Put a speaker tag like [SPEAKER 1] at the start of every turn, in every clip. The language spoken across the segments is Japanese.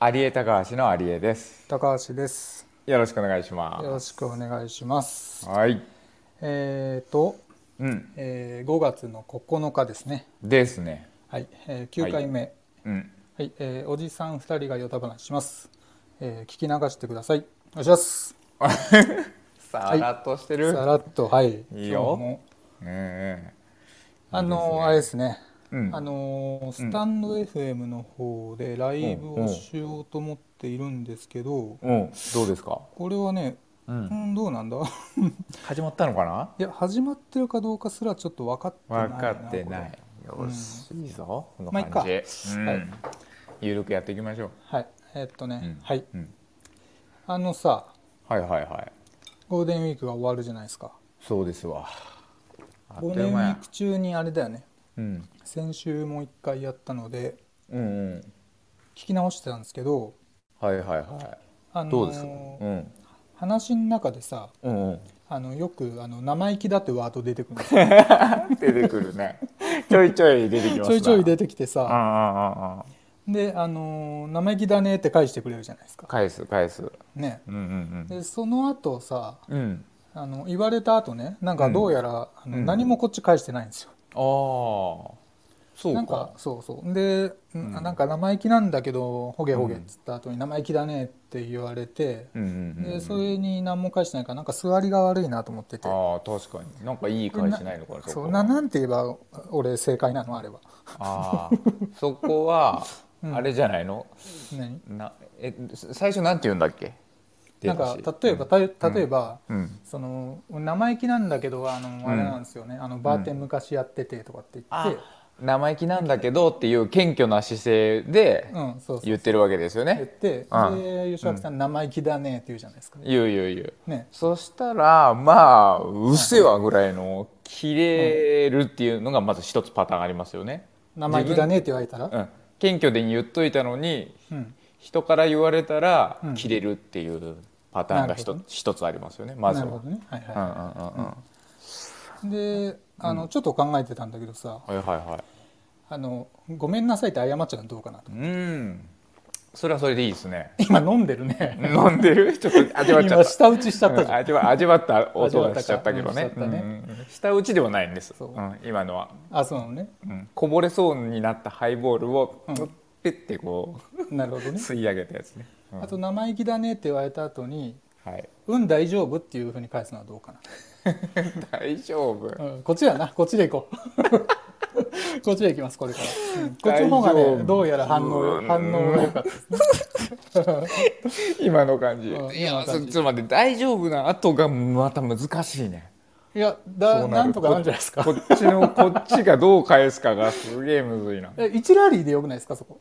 [SPEAKER 1] 有江高橋の有江です
[SPEAKER 2] 高橋です。
[SPEAKER 1] よろしくお願いし
[SPEAKER 2] よろ
[SPEAKER 1] ま
[SPEAKER 2] しくお願いします
[SPEAKER 1] す。はい
[SPEAKER 2] えっ、と、
[SPEAKER 1] うん
[SPEAKER 2] えー5月の9日ですね。
[SPEAKER 1] ですね
[SPEAKER 2] はい、えー9回目。はい、
[SPEAKER 1] うん
[SPEAKER 2] えーおじさん2人がヨタ話します、えー聞き流してください。お願いします。
[SPEAKER 1] さらっとしてる、
[SPEAKER 2] さらっと、はい。
[SPEAKER 1] いいよ
[SPEAKER 2] 今日も
[SPEAKER 1] うんうん
[SPEAKER 2] あのーあれですね。
[SPEAKER 1] うん
[SPEAKER 2] あのースタンド FM の方でライブをしようと思っているんですけど、
[SPEAKER 1] うんどうですか
[SPEAKER 2] これはね、
[SPEAKER 1] うん
[SPEAKER 2] うん、どうなんだ
[SPEAKER 1] 始まったのかない
[SPEAKER 2] や始まってるかどうかすらちょっと分かってない
[SPEAKER 1] 分
[SPEAKER 2] な
[SPEAKER 1] かって
[SPEAKER 2] こ
[SPEAKER 1] な
[SPEAKER 2] れ
[SPEAKER 1] いよしいいぞこの
[SPEAKER 2] まあい
[SPEAKER 1] 感
[SPEAKER 2] っ
[SPEAKER 1] じ、
[SPEAKER 2] か
[SPEAKER 1] うん
[SPEAKER 2] はい
[SPEAKER 1] ゆるくやっていきましょう
[SPEAKER 2] はいえっとね、
[SPEAKER 1] うん
[SPEAKER 2] はい
[SPEAKER 1] うん
[SPEAKER 2] あのさ
[SPEAKER 1] はいはいはい
[SPEAKER 2] ゴールデンウィークが終わるじゃないですか
[SPEAKER 1] そうですわあっ
[SPEAKER 2] ゴー
[SPEAKER 1] と
[SPEAKER 2] ル
[SPEAKER 1] いう
[SPEAKER 2] デンウ
[SPEAKER 1] 間
[SPEAKER 2] ィー
[SPEAKER 1] や
[SPEAKER 2] ク中にあれだよね
[SPEAKER 1] うん
[SPEAKER 2] 先週も一回やったので
[SPEAKER 1] うんうん
[SPEAKER 2] 聞き直してたんですけど、
[SPEAKER 1] はいはいは
[SPEAKER 2] あの
[SPEAKER 1] い
[SPEAKER 2] ー
[SPEAKER 1] どうですうん
[SPEAKER 2] 話の中でさ
[SPEAKER 1] うんうん
[SPEAKER 2] あのよくあの生意気だってワード出てくるんですよ
[SPEAKER 1] 出てくるねちょいちょい出てきますな
[SPEAKER 2] ちょいちょい出
[SPEAKER 1] て
[SPEAKER 2] てきて
[SPEAKER 1] あ
[SPEAKER 2] さ
[SPEAKER 1] あああ
[SPEAKER 2] で、あのー生意気だねって返してくれるじゃないですか
[SPEAKER 1] 返す返す
[SPEAKER 2] ね
[SPEAKER 1] うんうん
[SPEAKER 2] でその後さ
[SPEAKER 1] うんうん
[SPEAKER 2] あの言われた後ねなんかどうやら、あの
[SPEAKER 1] うん
[SPEAKER 2] 何もこっち返してないんですよ、
[SPEAKER 1] ああそうか
[SPEAKER 2] なんかそうそうで、うんなんか生意気なんだけどほげほげっつった後に生意気だねって言われて、
[SPEAKER 1] うんうんうん
[SPEAKER 2] でそれに何も返してないからなんか座りが悪いなと思ってて
[SPEAKER 1] ああ確かになんかいい返しないのかなこ
[SPEAKER 2] そう
[SPEAKER 1] は
[SPEAKER 2] ななんて言えば俺正解なのあれば
[SPEAKER 1] ああそこは
[SPEAKER 2] うん
[SPEAKER 1] あれじゃないの、
[SPEAKER 2] 何
[SPEAKER 1] なえ最初なんて言うんだっけ
[SPEAKER 2] なんか
[SPEAKER 1] 出だし
[SPEAKER 2] 例えば、た例えば、
[SPEAKER 1] うん
[SPEAKER 2] その生意気なんだけどあのあれなんですよね、あのバーテン昔やっててとかって言って、
[SPEAKER 1] 生意気なんだけどっていう謙虚な姿勢で
[SPEAKER 2] うんそうそう
[SPEAKER 1] 言ってるわけですよ
[SPEAKER 2] 言っ
[SPEAKER 1] ね、
[SPEAKER 2] て
[SPEAKER 1] うん
[SPEAKER 2] で吉脇さん生意気だねって言うじゃないですか
[SPEAKER 1] 言う言う言う
[SPEAKER 2] ね
[SPEAKER 1] そしたらまあうっせえわぐらいの切れるっていうのがまず一つパターンありますよね、
[SPEAKER 2] 生意気だねって言われたら
[SPEAKER 1] うん、謙虚で言っといたのに
[SPEAKER 2] うん
[SPEAKER 1] 人から言われたら
[SPEAKER 2] うん
[SPEAKER 1] 切れるっていうパターンが一,、
[SPEAKER 2] なるほどね
[SPEAKER 1] 一つありますよねまず
[SPEAKER 2] な
[SPEAKER 1] は、
[SPEAKER 2] るほどねはいはい、
[SPEAKER 1] うんうんうんうん
[SPEAKER 2] であのちょっと考えてたんだけどさ
[SPEAKER 1] はいはいはい
[SPEAKER 2] あのごめんなさいって謝っちゃうのどうかなと
[SPEAKER 1] うんそれはそれでいいですね
[SPEAKER 2] 今飲んでるね
[SPEAKER 1] 飲んでるちょっと味わっちゃ
[SPEAKER 2] 今
[SPEAKER 1] った
[SPEAKER 2] 舌打ちしちゃった
[SPEAKER 1] う
[SPEAKER 2] じ
[SPEAKER 1] ん
[SPEAKER 2] ゃん
[SPEAKER 1] 味わ味わった音がしちゃったけど
[SPEAKER 2] 味わ
[SPEAKER 1] ね
[SPEAKER 2] ったかうんしちゃったね
[SPEAKER 1] うんうんうん舌打ちではないんです、う、
[SPEAKER 2] そうん
[SPEAKER 1] 今のは
[SPEAKER 2] あそうなのね
[SPEAKER 1] うんこぼれそうになったハイボールを、
[SPEAKER 2] うん
[SPEAKER 1] ピッてこ
[SPEAKER 2] なるほど
[SPEAKER 1] う
[SPEAKER 2] ね
[SPEAKER 1] 吸い上げたやつね、うん
[SPEAKER 2] あと生意気だねって言われた後に
[SPEAKER 1] はい
[SPEAKER 2] 運大丈夫っていうふうに返すのはどうか
[SPEAKER 1] 大丈夫
[SPEAKER 2] な、うん、こっちやなこっちで行こ うこっちで行きますこれから、うんこっちの方が
[SPEAKER 1] 大丈
[SPEAKER 2] ね
[SPEAKER 1] 夫
[SPEAKER 2] どうやら反応
[SPEAKER 1] うん
[SPEAKER 2] 反応が良かったです ね
[SPEAKER 1] 今の感じ
[SPEAKER 2] うん
[SPEAKER 1] い
[SPEAKER 2] 今
[SPEAKER 1] や
[SPEAKER 2] の
[SPEAKER 1] ちょ
[SPEAKER 2] 感
[SPEAKER 1] っ
[SPEAKER 2] じ
[SPEAKER 1] と待って大丈夫な後がまた難しいね
[SPEAKER 2] いや
[SPEAKER 1] そ
[SPEAKER 2] だ
[SPEAKER 1] うなる
[SPEAKER 2] なんとかなんじゃないですか
[SPEAKER 1] こっちのこっちがどう返すかがすげえむずいな
[SPEAKER 2] え1ラリーでよくないですかそこ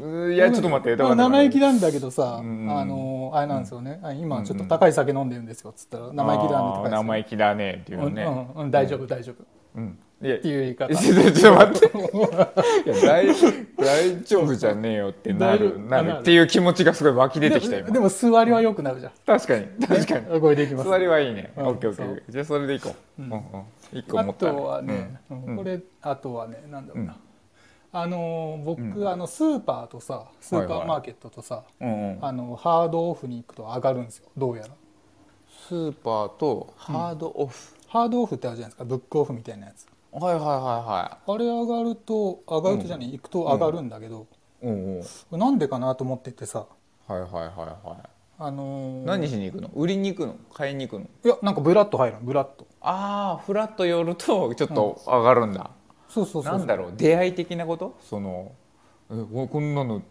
[SPEAKER 1] うんいやちょっと待って
[SPEAKER 2] まあ生意気
[SPEAKER 1] だ
[SPEAKER 2] なんだけどさ、
[SPEAKER 1] うん
[SPEAKER 2] あのあれなんですよね、あ今ちょっと高い酒飲んでるんですよっつったら生意気だねとか
[SPEAKER 1] 生
[SPEAKER 2] 意
[SPEAKER 1] 意気だねっていう
[SPEAKER 2] うん
[SPEAKER 1] ね
[SPEAKER 2] うんうん大丈夫大丈夫っ
[SPEAKER 1] うんいや
[SPEAKER 2] ていう言い方
[SPEAKER 1] ちょっとちょっと待 っていや大大丈夫じゃねえよってな
[SPEAKER 2] 大丈夫
[SPEAKER 1] るな
[SPEAKER 2] な
[SPEAKER 1] る
[SPEAKER 2] る
[SPEAKER 1] っていう気持ちがすごい湧き出てきた
[SPEAKER 2] でもで
[SPEAKER 1] 今
[SPEAKER 2] も座りは良くなるじゃん
[SPEAKER 1] 確かに確かに
[SPEAKER 2] これでいきます
[SPEAKER 1] 座りはいいね。
[SPEAKER 2] うん
[SPEAKER 1] オッケーオッケーオッケー。じゃあそれでいこう。うんうん。一個
[SPEAKER 2] あ
[SPEAKER 1] 持った。
[SPEAKER 2] とはね、
[SPEAKER 1] ん
[SPEAKER 2] うんこれあとはねなんだろうな、
[SPEAKER 1] うん
[SPEAKER 2] あのー僕、あのスーパーとさスーパーマーケットとさ、
[SPEAKER 1] うんうん。
[SPEAKER 2] あのハードオフに行くと上がるんですよどうやら
[SPEAKER 1] スーパーとハードオフ。
[SPEAKER 2] ハードオフってあるじゃないですかブックオフみたいなやつ
[SPEAKER 1] はいはいは
[SPEAKER 2] あれ上がると上がるとじゃね、行くと上がるんだけど、
[SPEAKER 1] いはい。うんうん。はい
[SPEAKER 2] なんでかなと思っててさ
[SPEAKER 1] はいはいは
[SPEAKER 2] あの
[SPEAKER 1] い。
[SPEAKER 2] ー
[SPEAKER 1] 何しに行くの？売りに行くの？買いに行くの？
[SPEAKER 2] いやなんかブラッと入るのブラッと
[SPEAKER 1] ああ、フラッと寄るとちょっと上がるんだ。
[SPEAKER 2] そうそうそ
[SPEAKER 1] な
[SPEAKER 2] う
[SPEAKER 1] んだろう、出会い的なこと？その、えおこんなの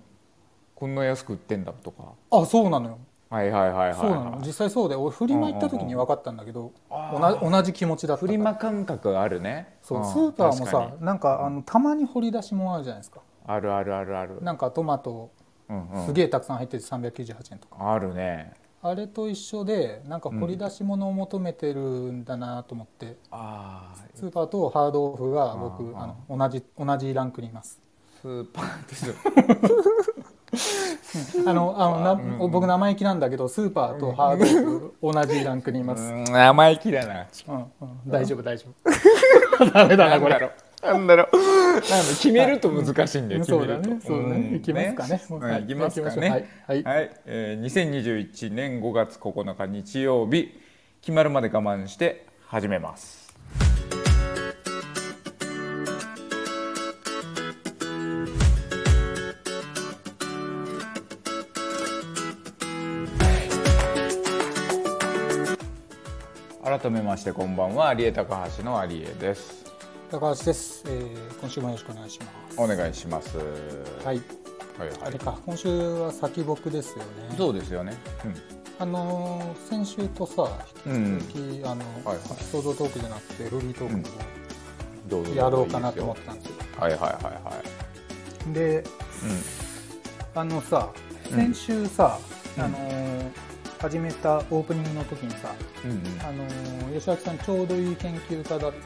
[SPEAKER 1] こんな安く売ってんだとか。
[SPEAKER 2] あそうなのよ
[SPEAKER 1] はいはいはいはいはい。
[SPEAKER 2] そうなの実際そうで俺フリマ行った時に分かったんだけど
[SPEAKER 1] あ
[SPEAKER 2] おな同じ気持ちだった
[SPEAKER 1] フリマ感覚あるね。
[SPEAKER 2] そう
[SPEAKER 1] うん
[SPEAKER 2] スーパーも
[SPEAKER 1] 確
[SPEAKER 2] さ
[SPEAKER 1] かに
[SPEAKER 2] なんかあのたまに掘り出しもあるじゃないですか
[SPEAKER 1] あるあるあるある。
[SPEAKER 2] なんかトマト
[SPEAKER 1] うんうん
[SPEAKER 2] すげえたくさん入ってて398円とか
[SPEAKER 1] あるね
[SPEAKER 2] あれと一緒でなんか掘り出し物を求めてるんだなと思って
[SPEAKER 1] ああ
[SPEAKER 2] スーパーとハードオフが僕
[SPEAKER 1] あー
[SPEAKER 2] あの同じ同じランクにいます
[SPEAKER 1] スーパーでしょ
[SPEAKER 2] あのあのな僕生意気なんだけどスーパーとハードオフ同じランクにいます
[SPEAKER 1] 生意気だな
[SPEAKER 2] うんうん大丈夫大丈夫 ダメだなこ
[SPEAKER 1] ん
[SPEAKER 2] れ
[SPEAKER 1] だろなんだろう。なんだろう決めると難しいんだよ。決
[SPEAKER 2] そ
[SPEAKER 1] め
[SPEAKER 2] うだ
[SPEAKER 1] ると。
[SPEAKER 2] ね。そうだ
[SPEAKER 1] ん
[SPEAKER 2] ね。いきますかね。もう
[SPEAKER 1] は、
[SPEAKER 2] はい
[SPEAKER 1] いきますか
[SPEAKER 2] じゃあ行
[SPEAKER 1] ね
[SPEAKER 2] きましょ。うはい。はい。
[SPEAKER 1] はい、えー、2021年5月9日日曜日決まるまで我慢して始めます。改めましてこんばんは有江高橋の有江です。
[SPEAKER 2] 高橋です。えー今週もよろしくお願いします。
[SPEAKER 1] お願いします。、
[SPEAKER 2] はいい。
[SPEAKER 1] はい、は
[SPEAKER 2] あれ
[SPEAKER 1] い。
[SPEAKER 2] か。今週は先僕ですよね。
[SPEAKER 1] そうですよね。うん。
[SPEAKER 2] あのー先週とさ
[SPEAKER 1] うん
[SPEAKER 2] 引き続き、
[SPEAKER 1] は
[SPEAKER 2] あの
[SPEAKER 1] いはい
[SPEAKER 2] エピソードトークじゃなくてフリートークも
[SPEAKER 1] どうぞどぞ
[SPEAKER 2] やろうかなと思ったんですよ。
[SPEAKER 1] はいはいはいはい。
[SPEAKER 2] で
[SPEAKER 1] う
[SPEAKER 2] あのさ先週さ、あのー始めたオープニングの時にさ、
[SPEAKER 1] ん、うん、
[SPEAKER 2] あのー吉明さんちょうどいい研究家だって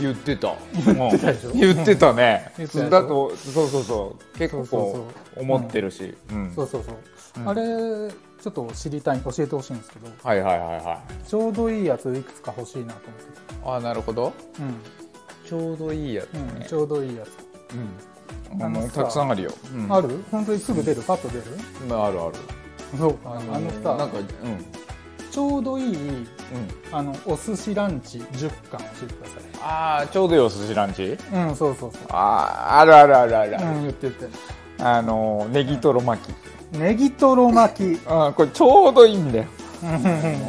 [SPEAKER 2] 言
[SPEAKER 1] 言
[SPEAKER 2] ったよね
[SPEAKER 1] ってた。
[SPEAKER 2] 言ってたでしょ
[SPEAKER 1] うん言ってたね。
[SPEAKER 2] 言ってたでしょ
[SPEAKER 1] だと、そうそうそう、結
[SPEAKER 2] そう
[SPEAKER 1] 構
[SPEAKER 2] そうそう
[SPEAKER 1] 思ってるし。うん
[SPEAKER 2] そうそうそう、
[SPEAKER 1] うん
[SPEAKER 2] あれちょっと知りたい教えてほしいんですけど
[SPEAKER 1] はいはいはいは
[SPEAKER 2] ちょうどいいやついくつか欲しいなと思ってて
[SPEAKER 1] い。あ、なるほど。
[SPEAKER 2] う
[SPEAKER 1] ちょうどいいやつ
[SPEAKER 2] ん、うん
[SPEAKER 1] ね
[SPEAKER 2] ち。ょうどいいやつ、
[SPEAKER 1] うん。
[SPEAKER 2] あの
[SPEAKER 1] もう
[SPEAKER 2] さ
[SPEAKER 1] たくさんあるよ。うん
[SPEAKER 2] あ。る本当にすぐ出るパッと出る
[SPEAKER 1] まああるある。
[SPEAKER 2] そうかあのさ
[SPEAKER 1] なんか、うん。
[SPEAKER 2] ちょうどいい
[SPEAKER 1] うん。
[SPEAKER 2] あのお寿司ランチ10巻教えてくださ
[SPEAKER 1] ああ、ちょうどいいお寿司ランチ。
[SPEAKER 2] いうんそうそうそう
[SPEAKER 1] ああー、あるあるあるあるあ
[SPEAKER 2] う
[SPEAKER 1] る。
[SPEAKER 2] ん言って言って
[SPEAKER 1] あの、ネギトロ巻き。
[SPEAKER 2] ネギトロ巻き
[SPEAKER 1] ああ、これちょうどいいんだよ。
[SPEAKER 2] うん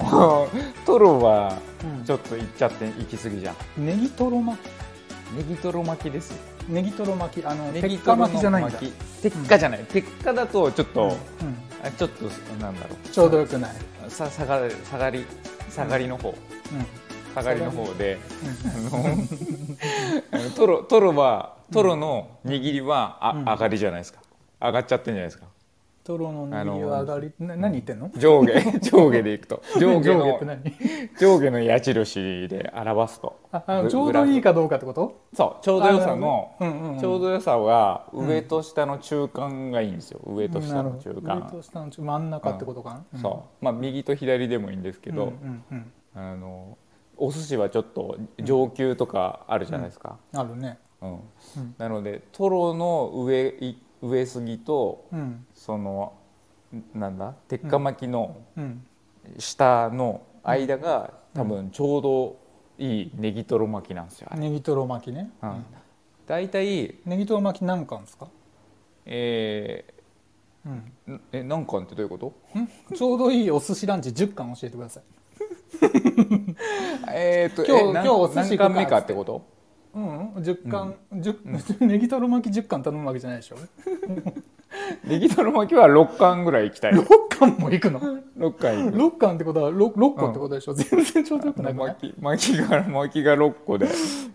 [SPEAKER 1] もう トロは
[SPEAKER 2] うん
[SPEAKER 1] ちょっと行っちゃって行き過ぎじゃん。
[SPEAKER 2] ネギトロ巻
[SPEAKER 1] ネギトロ巻きです。
[SPEAKER 2] きネギトロ巻きあの
[SPEAKER 1] ネ
[SPEAKER 2] 鉄
[SPEAKER 1] ギトロ
[SPEAKER 2] 火
[SPEAKER 1] の
[SPEAKER 2] 巻
[SPEAKER 1] 巻
[SPEAKER 2] き
[SPEAKER 1] き
[SPEAKER 2] じゃないんだ
[SPEAKER 1] 鉄火じゃない。鉄火だとちょっと、
[SPEAKER 2] うん
[SPEAKER 1] あちょっとなんだろ。
[SPEAKER 2] ちょうどよくないう
[SPEAKER 1] さ下が下がり下がりの方、下がりの方で、あのトロトロはトロの握りはあ、
[SPEAKER 2] うん
[SPEAKER 1] 上がりじゃないですか。上がっちゃってんじゃないですか。
[SPEAKER 2] トロの握りは上がりな何言ってんの
[SPEAKER 1] 上下上下でいくと上下
[SPEAKER 2] 上下
[SPEAKER 1] の
[SPEAKER 2] って何
[SPEAKER 1] 上下の矢印で表すと。
[SPEAKER 2] ああのちょうどいい
[SPEAKER 1] か。
[SPEAKER 2] かどうかってこと
[SPEAKER 1] そうちょうど良さの。
[SPEAKER 2] あなるほどねうんうんうん
[SPEAKER 1] ちょうど良さは上と下の中間がいいんですよ、上と下の中
[SPEAKER 2] なるほど上
[SPEAKER 1] 間
[SPEAKER 2] と、下の中真ん中ってことかな、うん
[SPEAKER 1] そうまあ右と左でもいいんですけ
[SPEAKER 2] うん
[SPEAKER 1] ど、
[SPEAKER 2] うんうん
[SPEAKER 1] あのお寿司はちょっと上級とかあるじゃないですか、
[SPEAKER 2] あるね
[SPEAKER 1] うん
[SPEAKER 2] うん
[SPEAKER 1] なのでトロの上い上杉と
[SPEAKER 2] うん
[SPEAKER 1] そのんなんだ鉄火巻きの
[SPEAKER 2] うん
[SPEAKER 1] 下の間が、多分ちょうどいいネギトロ巻きなんですよ、あれ
[SPEAKER 2] ネギトロ巻きね、
[SPEAKER 1] うん、大体、
[SPEAKER 2] ネギトロ巻き何巻ですか、
[SPEAKER 1] え
[SPEAKER 2] うん、
[SPEAKER 1] ー、んえ何巻ってどういうこ と
[SPEAKER 2] ちょうどいいお寿司ランチ10巻教えてください
[SPEAKER 1] えー、と
[SPEAKER 2] 今日
[SPEAKER 1] えなん
[SPEAKER 2] 今日お寿司
[SPEAKER 1] 何
[SPEAKER 2] 行くか
[SPEAKER 1] 巻目かってこと
[SPEAKER 2] うん、うん、10巻、10 ネギトロ巻き10巻頼むわけじゃない でしょ
[SPEAKER 1] ネギトロ巻きは6巻ぐらい行きたい
[SPEAKER 2] 6巻もいくの
[SPEAKER 1] 6巻行く
[SPEAKER 2] 6巻ってことは 6, 六個ってことでしょ、全然ちょうどよくないかね、
[SPEAKER 1] 巻き巻きが 巻きが6個で、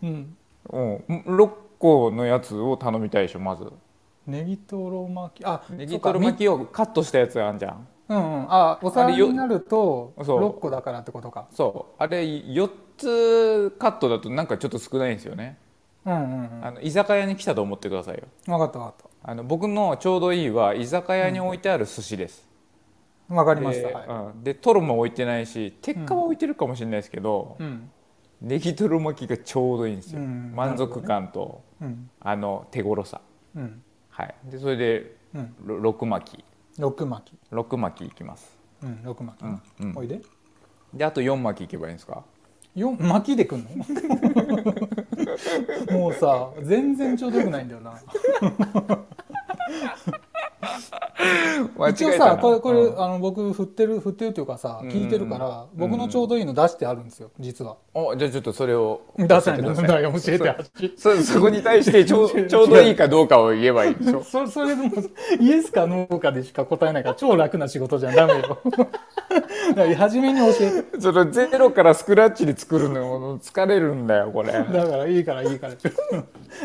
[SPEAKER 2] うん、
[SPEAKER 1] うん、6個のやつを頼みたいでしょまず
[SPEAKER 2] ネギトロ巻きあ
[SPEAKER 1] ネギトロ巻
[SPEAKER 2] き
[SPEAKER 1] きをカットしたやつあんじゃん
[SPEAKER 2] うんうんあお皿
[SPEAKER 1] あれよ
[SPEAKER 2] になると
[SPEAKER 1] そう
[SPEAKER 2] 6個だからってことか
[SPEAKER 1] そうあれ4つカットだとなんかちょっと少ないんですよね
[SPEAKER 2] うんうん
[SPEAKER 1] あの居酒屋に来たと思ってくださいよ
[SPEAKER 2] うん分かった分かっ
[SPEAKER 1] あの僕のちょうどいいは居酒屋に置いてある寿司です、
[SPEAKER 2] た分かりまし
[SPEAKER 1] で
[SPEAKER 2] た、はい
[SPEAKER 1] うんでトロも置いてないし鉄火は置いてるかもしれないですけど、
[SPEAKER 2] うん
[SPEAKER 1] ネギトロ巻きがちょうどいいんですよ、
[SPEAKER 2] うん
[SPEAKER 1] 満足感と、
[SPEAKER 2] うん
[SPEAKER 1] あの手頃さ
[SPEAKER 2] うん
[SPEAKER 1] はいでそれで
[SPEAKER 2] うん
[SPEAKER 1] ろ6巻き
[SPEAKER 2] 6巻き
[SPEAKER 1] 6巻きいきます、
[SPEAKER 2] うん6巻き、
[SPEAKER 1] うんうん
[SPEAKER 2] おいで
[SPEAKER 1] であと4巻きいけばいいんですか
[SPEAKER 2] 四巻きでくんの もうさ全然ちょうどよくないんだよな
[SPEAKER 1] 間違
[SPEAKER 2] 一応
[SPEAKER 1] えた
[SPEAKER 2] さ
[SPEAKER 1] な
[SPEAKER 2] これこれ、
[SPEAKER 1] うん
[SPEAKER 2] あの僕振ってる振ってるというかさ
[SPEAKER 1] うん
[SPEAKER 2] 聞いてるから、僕のちょうどいいの出してあるんですよ実は、
[SPEAKER 1] おじゃあちょっとそれを
[SPEAKER 2] 出さない
[SPEAKER 1] 教え
[SPEAKER 2] の
[SPEAKER 1] てください
[SPEAKER 2] 教えて
[SPEAKER 1] そそこに対してちょ うちょうどいいかどうかを言えばいいでしょ
[SPEAKER 2] そ それでもイエスかノーかでしか答えないから超楽な仕事じゃんダメ よだから初めに教えて
[SPEAKER 1] そのゼロからスクラッチで作るの疲れるんだよこれ
[SPEAKER 2] だからいいからいいから だか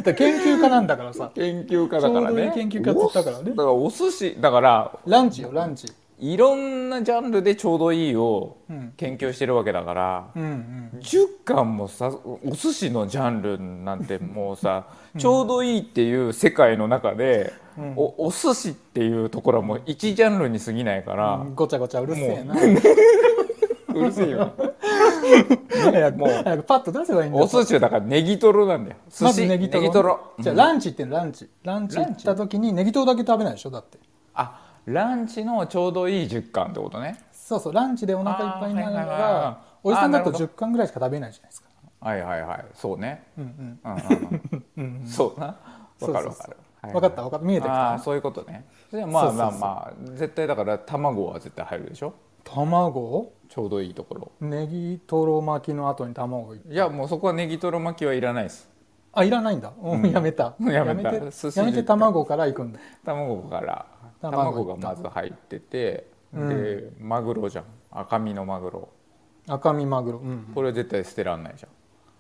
[SPEAKER 2] ら研究家なんだからさ
[SPEAKER 1] 研究家だから
[SPEAKER 2] ちょうどい
[SPEAKER 1] ね
[SPEAKER 2] い研究家っつったから
[SPEAKER 1] お
[SPEAKER 2] ね
[SPEAKER 1] だからお寿司だから
[SPEAKER 2] ランチよランチ
[SPEAKER 1] いろんなジャンルでちょうどいいを
[SPEAKER 2] うん
[SPEAKER 1] 研究してるわけだから、
[SPEAKER 2] うんうん
[SPEAKER 1] 10巻もさお寿司のジャンルなんてもうさ、ちょうどいいっていう世界の中で、
[SPEAKER 2] うん
[SPEAKER 1] おお寿司っていうところはもう1ジャンルに過ぎないから、
[SPEAKER 2] うんごちゃごちゃうるせえな
[SPEAKER 1] うるせえよ
[SPEAKER 2] 早く
[SPEAKER 1] もう
[SPEAKER 2] 早くパッと出せばいいんだよ
[SPEAKER 1] お寿司はだからネギトロなんだよ寿司、
[SPEAKER 2] まずネギトロじゃあ
[SPEAKER 1] うん
[SPEAKER 2] ランチ行ってんのランチランチ行った時にネギトロだけ食べないでしょだって
[SPEAKER 1] あランチのちょうどいい10貫ってことね
[SPEAKER 2] そうそうランチでお腹いっぱいになるの
[SPEAKER 1] あーはいはいはいはい
[SPEAKER 2] がおじさんだと
[SPEAKER 1] あーなる
[SPEAKER 2] 10貫ぐらいしか食べないじゃないですか
[SPEAKER 1] はいはいはいそうね
[SPEAKER 2] うんうん
[SPEAKER 1] うんうんうん そうなわかるわか
[SPEAKER 2] そうそう
[SPEAKER 1] る
[SPEAKER 2] そう
[SPEAKER 1] はい
[SPEAKER 2] 分かった分かった見えてき
[SPEAKER 1] あ
[SPEAKER 2] た
[SPEAKER 1] あそういうことねじゃあまあ
[SPEAKER 2] そうそう
[SPEAKER 1] まあ
[SPEAKER 2] そう
[SPEAKER 1] まあ絶対だから卵は絶対入るでしょ
[SPEAKER 2] 卵
[SPEAKER 1] ちょうどいいところ
[SPEAKER 2] ネギとろ巻きの後に卵い
[SPEAKER 1] いやもうそこはネギトロ巻きはいらないです
[SPEAKER 2] あいらないんだ、うん
[SPEAKER 1] うん
[SPEAKER 2] やめた
[SPEAKER 1] やめた寿
[SPEAKER 2] て
[SPEAKER 1] 司
[SPEAKER 2] やめて卵から行くんだ
[SPEAKER 1] 卵から
[SPEAKER 2] 卵
[SPEAKER 1] 卵がまず入ってて
[SPEAKER 2] うん
[SPEAKER 1] でマグロじゃん赤身のマグロ
[SPEAKER 2] 赤身マグロうん
[SPEAKER 1] これは絶対捨てらんないじ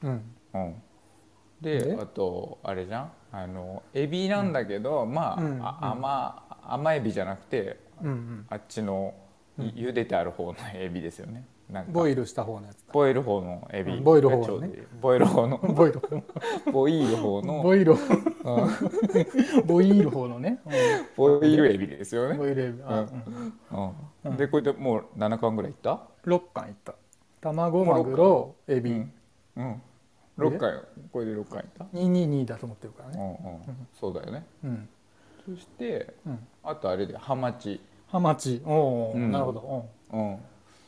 [SPEAKER 2] うん
[SPEAKER 1] ゃん、うん、で
[SPEAKER 2] で
[SPEAKER 1] あとあれじゃんあのエビなんだけど、まあ,、
[SPEAKER 2] うん
[SPEAKER 1] あ甘甘エビじゃなくて
[SPEAKER 2] うんうん
[SPEAKER 1] あっちのゆ茹でてある方のエビですよねなんか
[SPEAKER 2] ボイルした方のやつ だ
[SPEAKER 1] ボイル方のエビ
[SPEAKER 2] うんボイル方のね
[SPEAKER 1] ちょうどいいボイル方の
[SPEAKER 2] ボイル
[SPEAKER 1] ボイル方の
[SPEAKER 2] ボイル
[SPEAKER 1] うん
[SPEAKER 2] ボイル方のね、
[SPEAKER 1] ボイルエビですよ
[SPEAKER 2] うん
[SPEAKER 1] ね、
[SPEAKER 2] ボイルエビあ、うん
[SPEAKER 1] うんでこれでもう7巻ぐらいいった
[SPEAKER 2] 6貫いった卵マグロエビ、
[SPEAKER 1] うんうん6回これで6回いった
[SPEAKER 2] 222だと思ってるから
[SPEAKER 1] う
[SPEAKER 2] ね
[SPEAKER 1] んうんそうだよね
[SPEAKER 2] うん
[SPEAKER 1] そして
[SPEAKER 2] うん
[SPEAKER 1] あとあれでハマチ
[SPEAKER 2] ハマチおー
[SPEAKER 1] うん
[SPEAKER 2] なるほど
[SPEAKER 1] うん
[SPEAKER 2] うん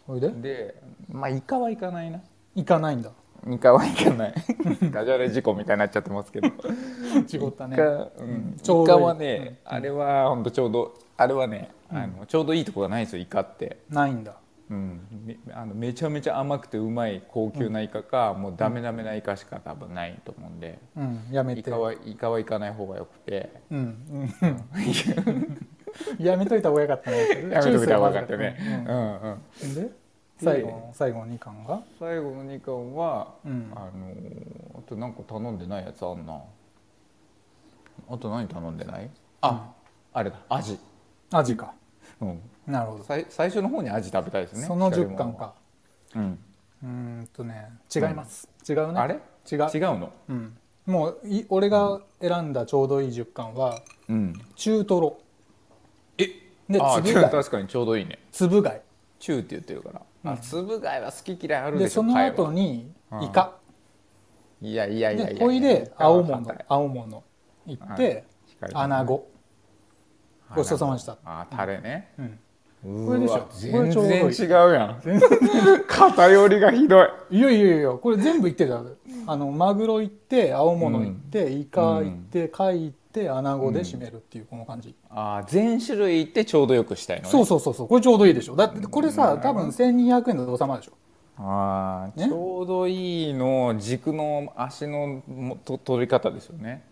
[SPEAKER 2] それで
[SPEAKER 1] でまあイカはいかないな
[SPEAKER 2] 行 かないんだ
[SPEAKER 1] イカはいか ないダジャレ事故みたいになっちゃってますけど
[SPEAKER 2] 違ったね
[SPEAKER 1] イカうん
[SPEAKER 2] ちょ
[SPEAKER 1] イ
[SPEAKER 2] うどい
[SPEAKER 1] カ
[SPEAKER 2] い
[SPEAKER 1] はねあれはほんとちょうどあれはねあのちょうどいいとこがないんですよイカって
[SPEAKER 2] ないんだ
[SPEAKER 1] うんめあのめちゃめちゃ甘くてうまい高級なイカかもうダメダメなイカしか多分ないと思うんで
[SPEAKER 2] うんやめ
[SPEAKER 1] イ
[SPEAKER 2] て
[SPEAKER 1] カはイカは行かない方がよくて
[SPEAKER 2] うんうんやめといた方がよかったね
[SPEAKER 1] やめとくた方がよかった
[SPEAKER 2] チューす
[SPEAKER 1] ねう
[SPEAKER 2] るま
[SPEAKER 1] んうん
[SPEAKER 2] ずうんで最後の最後の2巻が
[SPEAKER 1] 最後の2巻は、
[SPEAKER 2] うん
[SPEAKER 1] あのーあとなんか頼んでないやつあんなあと何頼んでないあ、あれだアジ、
[SPEAKER 2] アジか
[SPEAKER 1] うん、
[SPEAKER 2] なるほど
[SPEAKER 1] 最最初の方にアジ食べたいですね
[SPEAKER 2] その
[SPEAKER 1] 光り
[SPEAKER 2] 10
[SPEAKER 1] 物
[SPEAKER 2] 巻か
[SPEAKER 1] うん、
[SPEAKER 2] うーんとね違います違うね
[SPEAKER 1] あれ
[SPEAKER 2] 違
[SPEAKER 1] 違
[SPEAKER 2] う
[SPEAKER 1] うの
[SPEAKER 2] うんもうい俺が選んだちょうどいい10巻は
[SPEAKER 1] うん
[SPEAKER 2] 中トロ
[SPEAKER 1] え
[SPEAKER 2] で
[SPEAKER 1] あ
[SPEAKER 2] つぶ
[SPEAKER 1] 中
[SPEAKER 2] 貝
[SPEAKER 1] 確かにちょうどいいね
[SPEAKER 2] つぶ貝
[SPEAKER 1] 中って言ってるから、あ粒貝は好き嫌いある
[SPEAKER 2] で
[SPEAKER 1] でし
[SPEAKER 2] そ
[SPEAKER 1] ょ
[SPEAKER 2] の
[SPEAKER 1] 貝は
[SPEAKER 2] 後に
[SPEAKER 1] うん
[SPEAKER 2] イカ
[SPEAKER 1] いやいやいやいや
[SPEAKER 2] でほいで
[SPEAKER 1] イカは
[SPEAKER 2] 青
[SPEAKER 1] 反
[SPEAKER 2] 物
[SPEAKER 1] 対
[SPEAKER 2] 青物行っ
[SPEAKER 1] は
[SPEAKER 2] て
[SPEAKER 1] い光り物
[SPEAKER 2] 穴子ごちそうさまでした
[SPEAKER 1] あタレね、
[SPEAKER 2] うん
[SPEAKER 1] う
[SPEAKER 2] これでしょ
[SPEAKER 1] わ
[SPEAKER 2] これ
[SPEAKER 1] 全
[SPEAKER 2] ちょうどいい
[SPEAKER 1] 然違うやん 偏りがひどい
[SPEAKER 2] いやいやいやこれ全部行ってるじゃんあのマグロ行って青物行って、イカ行って貝行って穴子で締めるっていうこの感じ、
[SPEAKER 1] ああ全種類いってちょうどよくしたいのね
[SPEAKER 2] そうそうそうそうこれちょうどいいでしょだってこれ
[SPEAKER 1] う
[SPEAKER 2] さ
[SPEAKER 1] ん
[SPEAKER 2] 多分1200円で収まるでしょ
[SPEAKER 1] ああ、
[SPEAKER 2] ね
[SPEAKER 1] ちょうどいいの軸の足のもと取り方ですよね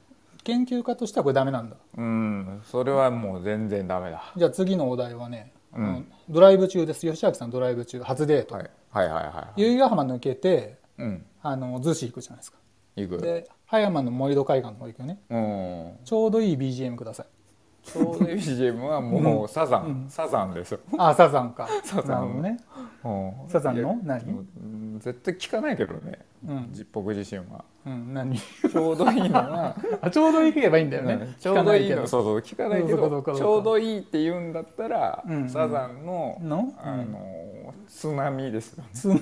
[SPEAKER 2] 研究家としてはこれダメなんだ
[SPEAKER 1] うんそれはもう全然ダメだ、
[SPEAKER 2] じゃあ次のお題はね、
[SPEAKER 1] うん
[SPEAKER 2] あのドライブ中です吉明さんドライブ中初デート、
[SPEAKER 1] はい、はいはいはい
[SPEAKER 2] 由比ヶ浜抜けて
[SPEAKER 1] うん
[SPEAKER 2] あの逗子行くじゃないですか
[SPEAKER 1] いく
[SPEAKER 2] で葉山の盛り土海岸の方行くよね
[SPEAKER 1] うん
[SPEAKER 2] ちょうどいい BGM ください
[SPEAKER 1] ちょうどいい BGM はもうサザン、サザンですよ、
[SPEAKER 2] あサザンか
[SPEAKER 1] サザン
[SPEAKER 2] なるほどね
[SPEAKER 1] うん
[SPEAKER 2] サザン
[SPEAKER 1] いや
[SPEAKER 2] の何
[SPEAKER 1] うん絶対聞かないけどね、
[SPEAKER 2] うん、
[SPEAKER 1] じ僕自身 は
[SPEAKER 2] うん、何
[SPEAKER 1] ちょうどいいのは
[SPEAKER 2] あちょうどいけばいいんだよね、
[SPEAKER 1] ちょうどいいの
[SPEAKER 2] 聞かなけど
[SPEAKER 1] そうそう聞かないけ
[SPEAKER 2] そうそう
[SPEAKER 1] ど
[SPEAKER 2] そうそう
[SPEAKER 1] ちょうどいいって言うんだったら、
[SPEAKER 2] うんうん
[SPEAKER 1] サザンの
[SPEAKER 2] の
[SPEAKER 1] あの津波ですよね
[SPEAKER 2] つん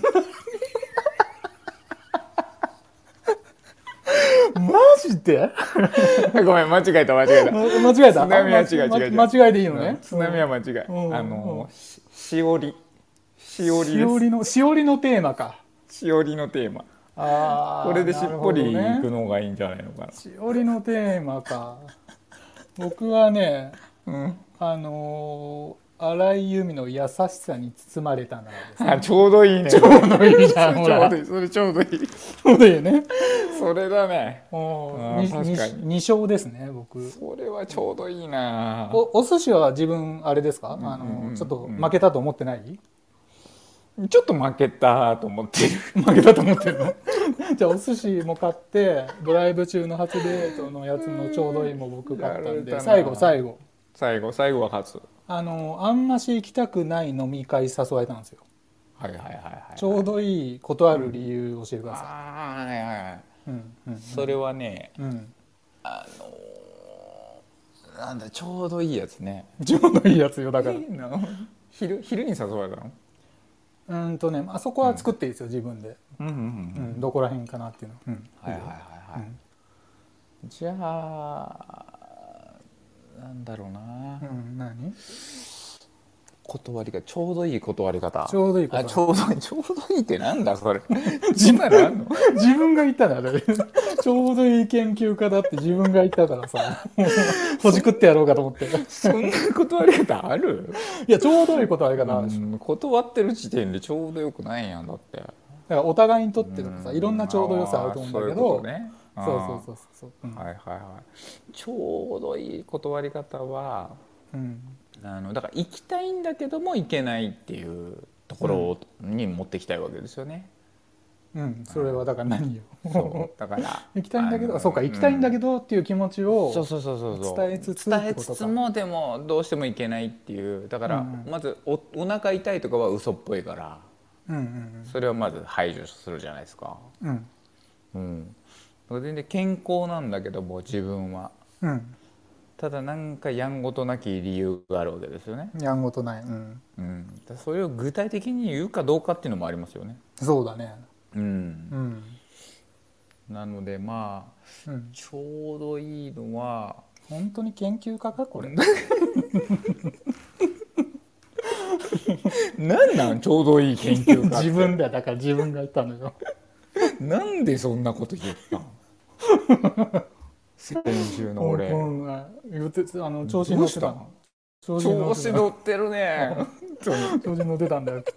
[SPEAKER 2] マジで
[SPEAKER 1] ごめん間違え た間違えた
[SPEAKER 2] 間違えた
[SPEAKER 1] 津波は違う違う違う
[SPEAKER 2] あまま間違えでいいの
[SPEAKER 1] うん
[SPEAKER 2] ね
[SPEAKER 1] 津波は間違い
[SPEAKER 2] うん
[SPEAKER 1] あ
[SPEAKER 2] う
[SPEAKER 1] の
[SPEAKER 2] ん
[SPEAKER 1] ししおりしおり
[SPEAKER 2] しお
[SPEAKER 1] です
[SPEAKER 2] りのしおりのテーマか
[SPEAKER 1] しおりのテーマ
[SPEAKER 2] あー
[SPEAKER 1] これでしっぽり
[SPEAKER 2] なる
[SPEAKER 1] い
[SPEAKER 2] ほど
[SPEAKER 1] く
[SPEAKER 2] ね
[SPEAKER 1] のがいいんじゃないのか
[SPEAKER 2] しおりのテーマか僕はね
[SPEAKER 1] なうん
[SPEAKER 2] あのー、荒井由実の優しさに包まれたならです
[SPEAKER 1] あちょうどいい ねちょう
[SPEAKER 2] どいいじゃんほら
[SPEAKER 1] どいいそれちょうどいい
[SPEAKER 2] そうだよね
[SPEAKER 1] それだね
[SPEAKER 2] お
[SPEAKER 1] あー確かに
[SPEAKER 2] 2勝ですね僕
[SPEAKER 1] それはちょうどいいな
[SPEAKER 2] おお寿司は自分あれですか、あ
[SPEAKER 1] うんうんう
[SPEAKER 2] の
[SPEAKER 1] ん
[SPEAKER 2] ちょっと負けたと思ってない、
[SPEAKER 1] ちょっと負けたと思ってる
[SPEAKER 2] 負けたと思ってるの じゃあお寿司も買ってドライブ中の初デートのやつのちょうどいいも僕買った
[SPEAKER 1] やら
[SPEAKER 2] ん
[SPEAKER 1] れた
[SPEAKER 2] で
[SPEAKER 1] な
[SPEAKER 2] 最後最後
[SPEAKER 1] 最後最後は勝つ
[SPEAKER 2] あのあんまし行きたくない飲み会誘われたんですよ
[SPEAKER 1] はいはいはいはい
[SPEAKER 2] ちょうどいい断る理由教えてくださ
[SPEAKER 1] ああはいはいはい
[SPEAKER 2] いうんうん
[SPEAKER 1] それはね
[SPEAKER 2] うん
[SPEAKER 1] あのーなんだちょうどいいやつね
[SPEAKER 2] ちょうどいいやつよだから
[SPEAKER 1] いいの昼昼に誘われたの
[SPEAKER 2] うんとねあそこは作っていいですよ自分で、
[SPEAKER 1] うんうん
[SPEAKER 2] う
[SPEAKER 1] うん
[SPEAKER 2] ん、どこら辺かなっていうの、うん
[SPEAKER 1] はいはいはいはい、じゃあなんだろうな、
[SPEAKER 2] うんうん、何
[SPEAKER 1] 断りがちょうどいい断り方
[SPEAKER 2] ちょうどいい断り
[SPEAKER 1] あちょうどいいちょうどいいってなんだそれ 自分らあんの
[SPEAKER 2] 自分が言っ たらあれちょうどいい研究家だって自分が言ったからさもうほじくってやろうかと思ってい
[SPEAKER 1] そんな断り方ある
[SPEAKER 2] やちょうどいいことあれかな、
[SPEAKER 1] う
[SPEAKER 2] だか
[SPEAKER 1] ん断ってる時点でちょうどよくないやんだって
[SPEAKER 2] らお互いにとってとかさいろんなちょうど良さあると思うんだけ
[SPEAKER 1] あーそういう
[SPEAKER 2] ど、
[SPEAKER 1] ことね
[SPEAKER 2] そ
[SPEAKER 1] あ
[SPEAKER 2] う
[SPEAKER 1] ー
[SPEAKER 2] そうそうそううん
[SPEAKER 1] はいはいはいちょうどいい断り方は
[SPEAKER 2] うん
[SPEAKER 1] あのだから行きたいんだけども行けないっていうところに持ってきたいわけですよね、
[SPEAKER 2] うん、それはだから何よ
[SPEAKER 1] そうだから
[SPEAKER 2] 行きたいんだけ
[SPEAKER 1] あ
[SPEAKER 2] ど
[SPEAKER 1] の
[SPEAKER 2] そうか行きたいんだけ
[SPEAKER 1] う
[SPEAKER 2] どっていう気持ちを、
[SPEAKER 1] そうそうそうそうそう
[SPEAKER 2] 伝えつつ
[SPEAKER 1] 伝
[SPEAKER 2] っ
[SPEAKER 1] え
[SPEAKER 2] てこと
[SPEAKER 1] つ
[SPEAKER 2] か
[SPEAKER 1] つもでもどうしても行けないっていうだから、
[SPEAKER 2] うんうん
[SPEAKER 1] まずおお腹痛いとかは嘘っぽいから
[SPEAKER 2] うんうん
[SPEAKER 1] それはまず排除するじゃないですか
[SPEAKER 2] うんうん
[SPEAKER 1] うん全然健康なんだけども自分は
[SPEAKER 2] うん
[SPEAKER 1] ただなんかやんごとなき理由があるわけですよね、
[SPEAKER 2] やんごとない、うん、
[SPEAKER 1] うん、だからそれを具体的に言うかどうかっていうのもありますよね
[SPEAKER 2] そうだね
[SPEAKER 1] うん
[SPEAKER 2] うん
[SPEAKER 1] なのでまあ
[SPEAKER 2] うん
[SPEAKER 1] ちょうどいいの は
[SPEAKER 2] 本当に研究家かこれ
[SPEAKER 1] なんなんちょうどいい研 究家
[SPEAKER 2] 自分だよだから自分が言ったのよ
[SPEAKER 1] なんでそんなこと言ったん先週の俺
[SPEAKER 2] うんうんあ言ってあの
[SPEAKER 1] ど
[SPEAKER 2] 調
[SPEAKER 1] う
[SPEAKER 2] 子に乗っ
[SPEAKER 1] してた
[SPEAKER 2] た
[SPEAKER 1] の
[SPEAKER 2] の調
[SPEAKER 1] 調
[SPEAKER 2] 子
[SPEAKER 1] 子
[SPEAKER 2] に乗っ
[SPEAKER 1] 乗ってるね
[SPEAKER 2] てた調子に乗ってたんだよきっ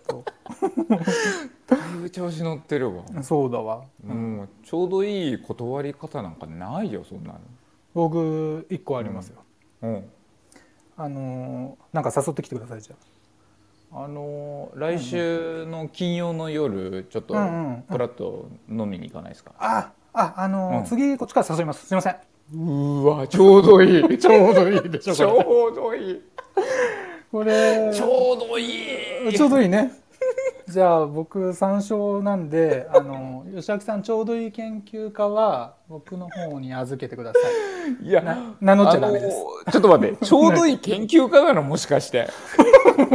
[SPEAKER 1] だいぶ調子乗ってるわ
[SPEAKER 2] とそうだわ
[SPEAKER 1] もうちょうどいい断り方なんかないよそんな
[SPEAKER 2] 僕一個ありますよ、
[SPEAKER 1] のうん
[SPEAKER 2] あのーなんか誘ってきてくださいじゃ
[SPEAKER 1] あのー来週の金曜の夜ちょっと
[SPEAKER 2] うんうんうん
[SPEAKER 1] プラッと飲みに行かないですか
[SPEAKER 2] ああああのー
[SPEAKER 1] うん
[SPEAKER 2] 次こっちから誘いますすいません
[SPEAKER 1] うーわちょうどいい
[SPEAKER 2] ちょうどいいでしょ
[SPEAKER 1] ち
[SPEAKER 2] こ
[SPEAKER 1] ょうどいい
[SPEAKER 2] れこれ
[SPEAKER 1] ちょうどいい
[SPEAKER 2] ちょうどいいね。じゃあ僕参照なんで、あの吉明さんちょうどいい研究家は僕の方に預けてください。
[SPEAKER 1] いや
[SPEAKER 2] な名乗っちゃダメです
[SPEAKER 1] あのーちょっと待 ってちょうどいい研究家なのもしかして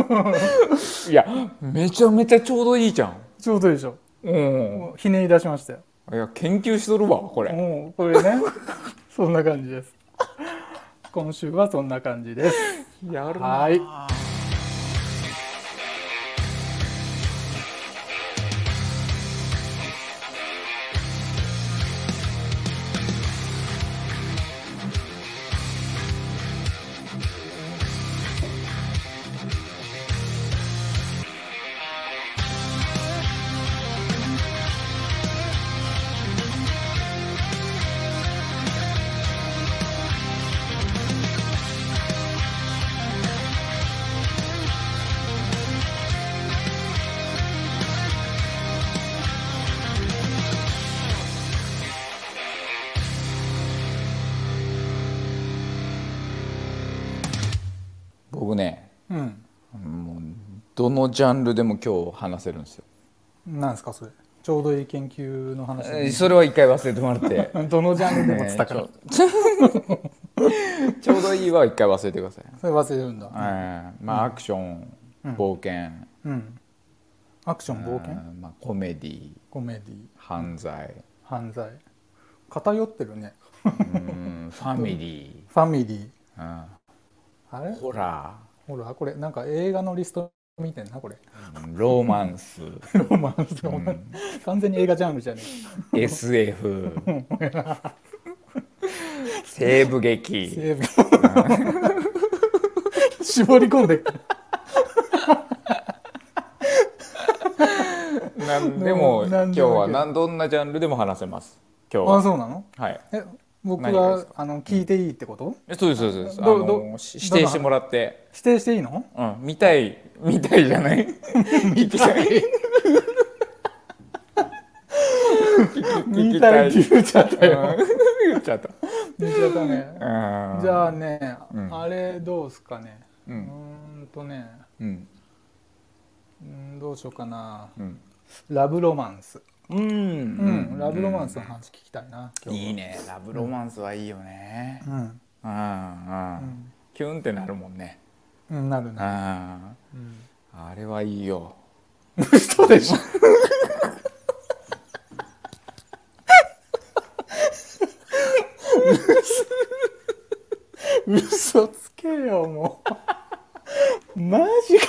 [SPEAKER 1] いやめちゃめちゃちょうどいいじゃん
[SPEAKER 2] ちょうどいいでしょ。
[SPEAKER 1] うん
[SPEAKER 2] もうひねり出しましたよ。
[SPEAKER 1] いや研究しとるわこれ
[SPEAKER 2] もうこれね、 そんな感じです。今週はそんな感じです。
[SPEAKER 1] やるな
[SPEAKER 2] はい。
[SPEAKER 1] 僕ね
[SPEAKER 2] うん。
[SPEAKER 1] もうどのジャンルでも今日話せるんですよ、
[SPEAKER 2] なんですかそれ。ちょうどいい研究の話。
[SPEAKER 1] えーそれは一回忘れてもらって
[SPEAKER 2] どのジャンルでもつったから。
[SPEAKER 1] ねちょちょうど いいは一回忘れてください、
[SPEAKER 2] それ忘れるん
[SPEAKER 1] え
[SPEAKER 2] だ。
[SPEAKER 1] ーまあアクション、冒険
[SPEAKER 2] うん。アクション冒険、
[SPEAKER 1] うんまあ、コメディ
[SPEAKER 2] コメディ
[SPEAKER 1] 犯 罪
[SPEAKER 2] 犯罪偏ってるね。
[SPEAKER 1] うんファミリ
[SPEAKER 2] ファミリ
[SPEAKER 1] ー、
[SPEAKER 2] ー。あれ
[SPEAKER 1] うん、ホラ
[SPEAKER 2] ほら、これ、なんか映画のリスト見てんな、これ。
[SPEAKER 1] ーうんロマンス
[SPEAKER 2] ロマンスの、完全に映画ジャンルじゃね
[SPEAKER 1] SF 西部
[SPEAKER 2] え。
[SPEAKER 1] 劇
[SPEAKER 2] セーブ。 絞り込んで。
[SPEAKER 1] なんでも
[SPEAKER 2] な
[SPEAKER 1] 今
[SPEAKER 2] ん
[SPEAKER 1] 日
[SPEAKER 2] でも
[SPEAKER 1] はなんどんなジャンルでも話せます今日
[SPEAKER 2] あ、
[SPEAKER 1] は
[SPEAKER 2] そうなの。
[SPEAKER 1] はい
[SPEAKER 2] え、僕
[SPEAKER 1] 何がで
[SPEAKER 2] が
[SPEAKER 1] すか、
[SPEAKER 2] あの、聞いていいってこと。
[SPEAKER 1] えそうですそうです
[SPEAKER 2] ど
[SPEAKER 1] あ
[SPEAKER 2] ど
[SPEAKER 1] のし指定してもらって、
[SPEAKER 2] 否定していいの。
[SPEAKER 1] うん、見たい見たいじゃ ない聞きたい聞
[SPEAKER 2] 見
[SPEAKER 1] き
[SPEAKER 2] た
[SPEAKER 1] た
[SPEAKER 2] い
[SPEAKER 1] い
[SPEAKER 2] って言っちゃったよ。
[SPEAKER 1] うん言っちゃった
[SPEAKER 2] 言っちゃったね。
[SPEAKER 1] うん
[SPEAKER 2] じゃあね、
[SPEAKER 1] ん
[SPEAKER 2] あれ、どうすかね。
[SPEAKER 1] う
[SPEAKER 2] うんーんとね、
[SPEAKER 1] うん
[SPEAKER 2] うーん、どうしようかな。
[SPEAKER 1] うん
[SPEAKER 2] ラブロマンス。
[SPEAKER 1] うん、
[SPEAKER 2] うん、ラブロマンスの話聞きたいな。今日
[SPEAKER 1] いいねラブロマンスはいいよね
[SPEAKER 2] は。うん。
[SPEAKER 1] うんうん、キュンってなるもんね
[SPEAKER 2] うん、なるな。
[SPEAKER 1] あ
[SPEAKER 2] うん
[SPEAKER 1] あれはいいよ
[SPEAKER 2] 嘘でしょ 嘘つけよもうマジか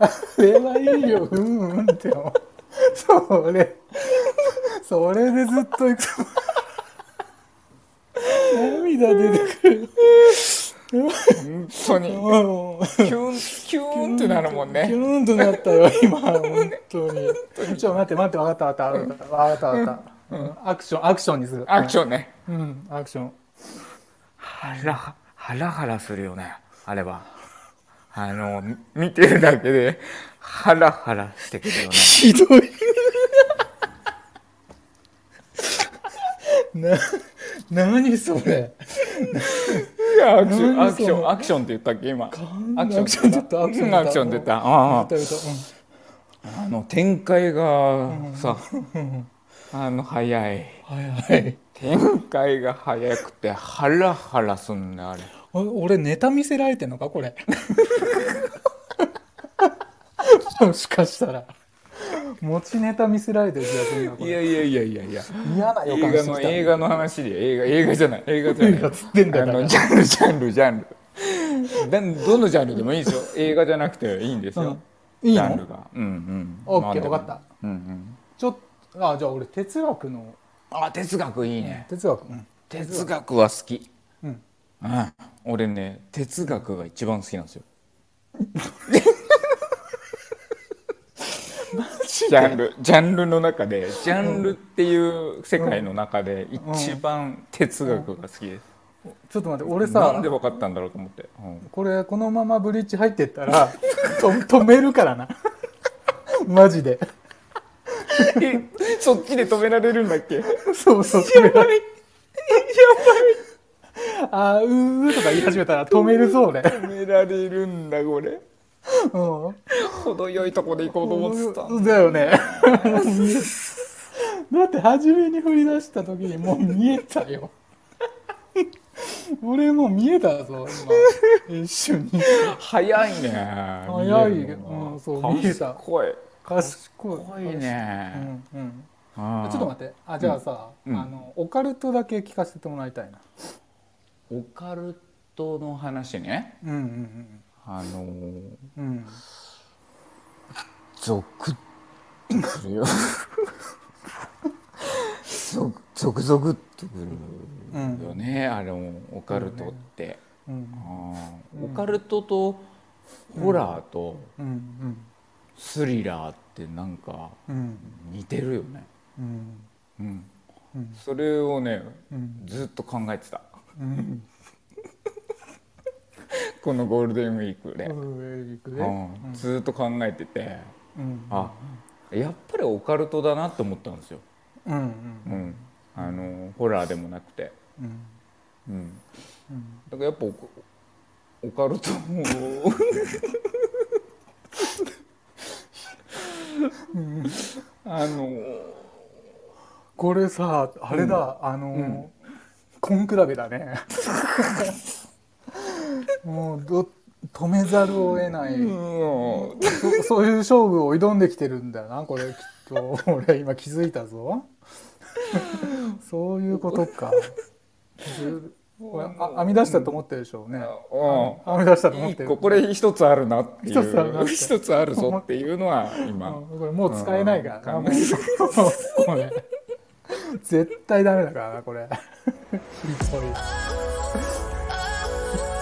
[SPEAKER 2] あれはいいようんうんってもうそれそれでずっと行く涙出てくる
[SPEAKER 1] 本当に
[SPEAKER 2] もう
[SPEAKER 1] キュンキュンってなるもん
[SPEAKER 2] キ
[SPEAKER 1] ね
[SPEAKER 2] ュンとなっ たよ今本当にちょ待って待って分かった分かった分かった分かった、うんアクションアクションにする
[SPEAKER 1] アクションね
[SPEAKER 2] ョンうんアクション
[SPEAKER 1] ハラハラハラするよねあれはあの見てるだけでハラハラしてくるよね
[SPEAKER 2] ひどいな何それ
[SPEAKER 1] アクション
[SPEAKER 2] 何
[SPEAKER 1] ア
[SPEAKER 2] そ
[SPEAKER 1] ク
[SPEAKER 2] れ
[SPEAKER 1] ションアクションって言ったっけ今
[SPEAKER 2] ん
[SPEAKER 1] アクション
[SPEAKER 2] アクションって言ったアクションって
[SPEAKER 1] う
[SPEAKER 2] 言った
[SPEAKER 1] んアクションって言ったああ
[SPEAKER 2] 歌う歌う
[SPEAKER 1] あの展開がさ、あの早い
[SPEAKER 2] うんはいはい
[SPEAKER 1] 展開が早くてハラハラすんだあれ
[SPEAKER 2] お俺ネタ見せられてんのか これもしかしたら持ちネタ見せられてる気がするなこ
[SPEAKER 1] い
[SPEAKER 2] れ
[SPEAKER 1] やいやいやいやいや
[SPEAKER 2] 嫌な予
[SPEAKER 1] 映
[SPEAKER 2] 感
[SPEAKER 1] 画
[SPEAKER 2] してき
[SPEAKER 1] の
[SPEAKER 2] た
[SPEAKER 1] 映画の話で映画映画じゃない映画じゃない
[SPEAKER 2] 映画つってんだよ
[SPEAKER 1] あのジャンルジャンルジャンルだどのジャンルでもいいですよ映画じゃなくていいんですよ、
[SPEAKER 2] いい
[SPEAKER 1] ジャンル
[SPEAKER 2] の
[SPEAKER 1] がうんうん
[SPEAKER 2] オッ
[SPEAKER 1] なん
[SPEAKER 2] ケ
[SPEAKER 1] で
[SPEAKER 2] ー
[SPEAKER 1] も
[SPEAKER 2] 分かった
[SPEAKER 1] うんうん
[SPEAKER 2] ちょっとあじゃあ俺哲学の
[SPEAKER 1] あ哲学いいね
[SPEAKER 2] 哲学うん
[SPEAKER 1] 哲学は好き
[SPEAKER 2] うん
[SPEAKER 1] うん俺ね哲学が一番好きなんですよジャンルジャンルの中でジャンルっていう世界の中で一番哲学が好きです、
[SPEAKER 2] ちょっと待って俺
[SPEAKER 1] な
[SPEAKER 2] さ
[SPEAKER 1] んで分かったんだろうと思って、うん
[SPEAKER 2] これこのままブリッジ入ってったら と止めるからな マジで
[SPEAKER 1] えそっちで止められるんだっけ
[SPEAKER 2] そうそうあーうーとか言い始めたら止めるぞ俺
[SPEAKER 1] 止められるんだこれ
[SPEAKER 2] うん
[SPEAKER 1] 程よいとこで行こうと思ってた
[SPEAKER 2] だよ ねだって初めに振り出した時にもう見えたよ 俺もう見えたぞ 今一瞬に
[SPEAKER 1] 早いね
[SPEAKER 2] 早い
[SPEAKER 1] 見えるのが
[SPEAKER 2] うんそう見えた
[SPEAKER 1] 賢い
[SPEAKER 2] 賢い
[SPEAKER 1] 賢いね、
[SPEAKER 2] うんうん
[SPEAKER 1] あー
[SPEAKER 2] ちょっと待ってあじゃあさ、
[SPEAKER 1] うん
[SPEAKER 2] あのオカルトだけ聞かせてもらいたいな
[SPEAKER 1] オカルトの話ね
[SPEAKER 2] うんうん
[SPEAKER 1] あのー、
[SPEAKER 2] うんうん
[SPEAKER 1] ゾクッとするよゾクゾクゾクっとくるよね、あのオカルトって、
[SPEAKER 2] うん
[SPEAKER 1] あーオカルトとホラーと
[SPEAKER 2] うん
[SPEAKER 1] スリラーってなんか
[SPEAKER 2] うんうん
[SPEAKER 1] 似てるよね、
[SPEAKER 2] うん
[SPEAKER 1] うん
[SPEAKER 2] うん
[SPEAKER 1] それをね
[SPEAKER 2] うん
[SPEAKER 1] ずっと考えてた
[SPEAKER 2] うん
[SPEAKER 1] このゴールデンウィークで、
[SPEAKER 2] うんいく
[SPEAKER 1] う
[SPEAKER 2] ぜ
[SPEAKER 1] んずっと考えてて
[SPEAKER 2] うん
[SPEAKER 1] あやっぱりオカルトだなって思ったんですよ、
[SPEAKER 2] うんうん
[SPEAKER 1] うん、あのホラーでもなくて、
[SPEAKER 2] うん
[SPEAKER 1] うん、
[SPEAKER 2] うん
[SPEAKER 1] だからやっぱオカオカルトもあの
[SPEAKER 2] これさあれだ、あの、コン比べだねもうど止めざるを得ない、
[SPEAKER 1] うん
[SPEAKER 2] そ そういう勝負を挑んできてるんだよなこれきっと俺今気づいたぞ そういうこと かずこれあ編み出したと思ってるでしょうね
[SPEAKER 1] う
[SPEAKER 2] 編み出したと
[SPEAKER 1] ん
[SPEAKER 2] 思っ
[SPEAKER 1] 一
[SPEAKER 2] てる
[SPEAKER 1] 個これ一つあるなってい
[SPEAKER 2] 一つあるなっ
[SPEAKER 1] う
[SPEAKER 2] て
[SPEAKER 1] 一つあるぞっていうのは今
[SPEAKER 2] うんこれもう使えないからな、
[SPEAKER 1] うん
[SPEAKER 2] もうこれ 絶対ダメだからなこれひどい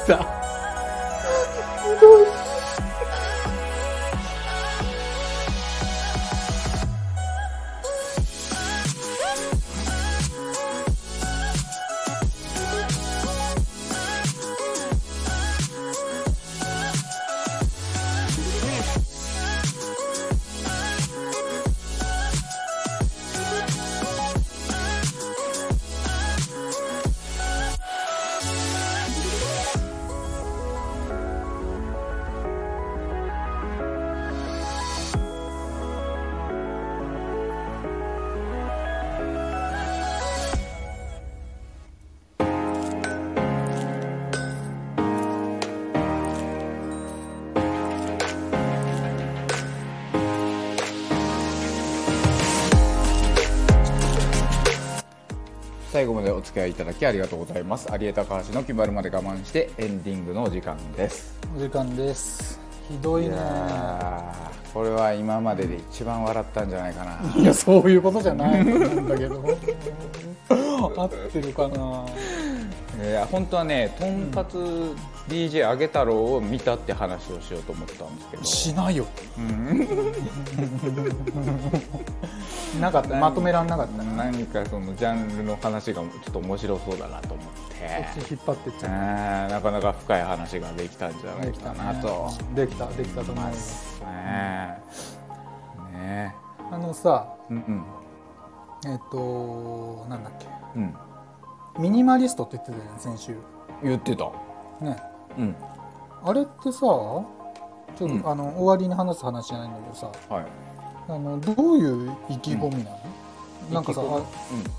[SPEAKER 2] さあひどい
[SPEAKER 1] 「最後までお付き合いいただきありがとうございます有江高橋の決まるまで我慢してエンディングのお時間です
[SPEAKER 2] お時間ですひどいね
[SPEAKER 1] いやーこれは今までで一番笑ったんじゃないかない
[SPEAKER 2] やそういうことじゃないんだけど合ってるかな
[SPEAKER 1] えー本当はねとんかつ DJ あげ太郎を見たって話をしようと思ったんです
[SPEAKER 2] しないよ、なかったまとめらんなかっ
[SPEAKER 1] け
[SPEAKER 2] た
[SPEAKER 1] ど何かそのジャンルの話がちょっと面白そうだなと思って
[SPEAKER 2] こっち引っ張ってっちゃ
[SPEAKER 1] あーなかなか深い話ができたんじゃ
[SPEAKER 2] う
[SPEAKER 1] ないかなと
[SPEAKER 2] できたできたと思います
[SPEAKER 1] ねえね
[SPEAKER 2] あのさ
[SPEAKER 1] えうん
[SPEAKER 2] えっ、となんだっけ
[SPEAKER 1] うんうん
[SPEAKER 2] ミニマリストって言ってたじゃん先週
[SPEAKER 1] 言ってた
[SPEAKER 2] ね
[SPEAKER 1] うん
[SPEAKER 2] あれってさちょっと、
[SPEAKER 1] うん
[SPEAKER 2] あの終わりに話す話じゃないんだけどさ
[SPEAKER 1] はい
[SPEAKER 2] あのどういう意気込みなの、なんかさ
[SPEAKER 1] うん
[SPEAKER 2] あ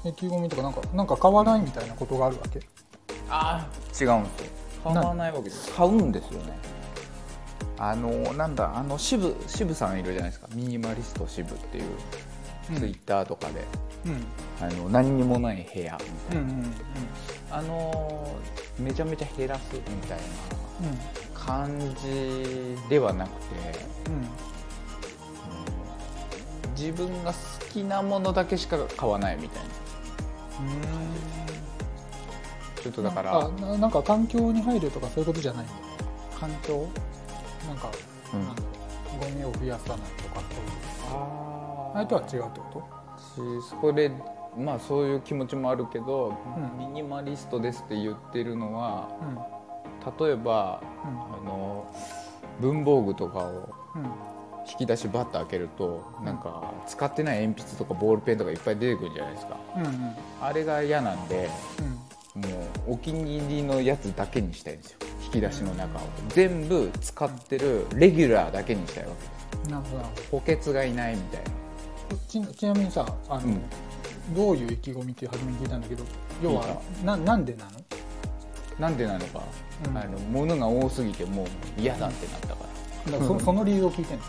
[SPEAKER 2] 意気込みとかなんかなんか買わないみたいなことがあるわけ
[SPEAKER 1] ああ違うんですよ買わないわけです買うんですよねあのなんだあの渋渋さんいるじゃないですかミニマリスト渋っていう、ツイッターとかで
[SPEAKER 2] うん
[SPEAKER 1] あの何にもない部屋みたい
[SPEAKER 2] うんうんうん
[SPEAKER 1] なあのめちゃめちゃ減らすみたいな
[SPEAKER 2] うん
[SPEAKER 1] 感じではなくて、
[SPEAKER 2] う
[SPEAKER 1] うん自分が好きなものだけしか買わないみたいなんちょっとだから、
[SPEAKER 2] なんかななんか環境に配慮とかそういうことじゃないんだ環境なんか、
[SPEAKER 1] うん
[SPEAKER 2] なんだろうゴミを増やさないとかそういう
[SPEAKER 1] あ
[SPEAKER 2] あれとは違うってこと
[SPEAKER 1] しそれまあそういう気持ちもあるけど、
[SPEAKER 2] うん
[SPEAKER 1] ミニマリストですって言ってるのは
[SPEAKER 2] うん
[SPEAKER 1] 例えばあの文房具とかを
[SPEAKER 2] うんうん
[SPEAKER 1] 引き出しバッと開けるとなんか使ってない鉛筆とかボールペンとかいっぱい出てくるじゃないですか
[SPEAKER 2] うんうん
[SPEAKER 1] あれが嫌なんで
[SPEAKER 2] うん
[SPEAKER 1] もうお気に入りのやつだけにしたいんですよ引き出しの中を全部使ってるレギュラーだけにしたいわけです
[SPEAKER 2] なるほどなるほど
[SPEAKER 1] 補欠がいないみたいな
[SPEAKER 2] ちちなみにさあの、
[SPEAKER 1] うん
[SPEAKER 2] どういう意気込みって初めに聞いたんだけど要
[SPEAKER 1] いい
[SPEAKER 2] はななんでなの
[SPEAKER 1] なんでなのか、
[SPEAKER 2] うん
[SPEAKER 1] あの物が多すぎてもう嫌だってなったから、
[SPEAKER 2] だからそ,、その理 由を聞いてる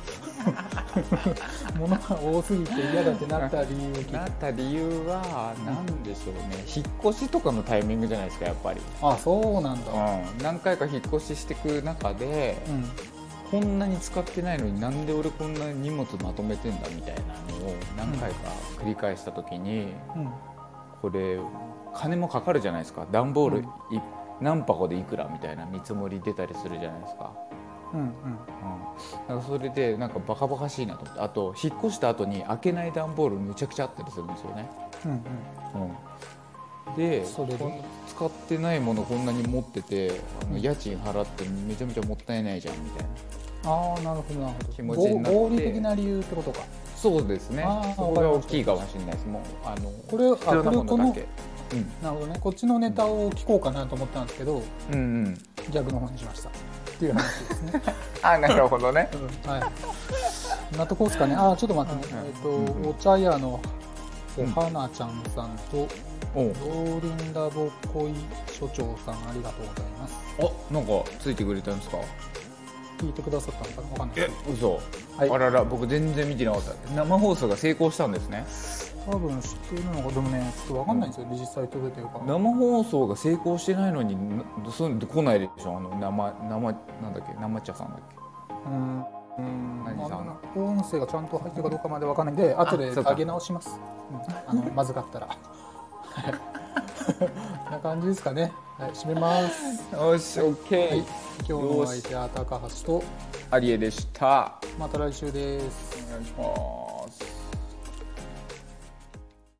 [SPEAKER 2] の物が多すぎて嫌だってなった理由を聞いてる
[SPEAKER 1] なった理由は何でしょうね、引っ越しとかのタイミングじゃないですかやっぱり、
[SPEAKER 2] あそうなんだ
[SPEAKER 1] うん、何回か引っ越ししてく中で、
[SPEAKER 2] うん
[SPEAKER 1] こんなに使ってないのになんで俺こんなに荷物まとめてんだみたいなのを何回か繰り返した時に、
[SPEAKER 2] うん
[SPEAKER 1] これ金もかかるじゃないですか段ボール
[SPEAKER 2] うん
[SPEAKER 1] い、何箱でいくらみたいな見積もり出たりするじゃないですか。
[SPEAKER 2] うん
[SPEAKER 1] うん、なんかそれでなんかバカバカしいなと思ってあと引っ越した後に開けない段ボールむちゃくちゃあったりするんですよね、
[SPEAKER 2] うんうん
[SPEAKER 1] うん、で
[SPEAKER 2] それで
[SPEAKER 1] こんな使ってないものこんなに持っててあの家賃払ってめちゃめちゃもったいないじゃんみたいな
[SPEAKER 2] ああなるほどなるほど
[SPEAKER 1] 気持ちになって
[SPEAKER 2] 合合理的な理由ってことか
[SPEAKER 1] そうですね
[SPEAKER 2] あー
[SPEAKER 1] そこが
[SPEAKER 2] わ
[SPEAKER 1] 大
[SPEAKER 2] かりました
[SPEAKER 1] きいかもしれないですもうあの
[SPEAKER 2] これあ
[SPEAKER 1] 必要なものだけ
[SPEAKER 2] なるほどねこっちのネタを聞こうかなと思ったんですけど
[SPEAKER 1] うんうんうん
[SPEAKER 2] 逆の方にしましたってい う話ですね、
[SPEAKER 1] あなるほどね
[SPEAKER 2] うん、はい納得ですかねあーちょっと待ってね、
[SPEAKER 1] うん
[SPEAKER 2] えっ、と、
[SPEAKER 1] うん
[SPEAKER 2] お茶屋の
[SPEAKER 1] う
[SPEAKER 2] お
[SPEAKER 1] ん
[SPEAKER 2] 花ちゃんさんと、
[SPEAKER 1] おう
[SPEAKER 2] ローリンラボコイ所長さんありがとうございます
[SPEAKER 1] あなんかついてくれたんですか
[SPEAKER 2] 聞いてくださったのかなわかんない
[SPEAKER 1] え嘘、
[SPEAKER 2] はい
[SPEAKER 1] あらら僕全然見てなかった生放送が成功したんですね
[SPEAKER 2] 多分知ってるのかでもねちょっとわかんないんですよ、実際届いてるから
[SPEAKER 1] 生放送が成功してないのになそういうの来ないでしょあの生生なんだっけ生茶さんだっ
[SPEAKER 2] うんうん
[SPEAKER 1] 何さん
[SPEAKER 2] まあ音声がちゃんと入ってるかどうかまでわかんないんで後で
[SPEAKER 1] そうか
[SPEAKER 2] 上げ直しますうんあのまずかっ たらはいこんな感じですかねはい締めます
[SPEAKER 1] けよし OK、
[SPEAKER 2] はい今日のお相手は高橋と
[SPEAKER 1] アリエでした
[SPEAKER 2] また来週です
[SPEAKER 1] お願いします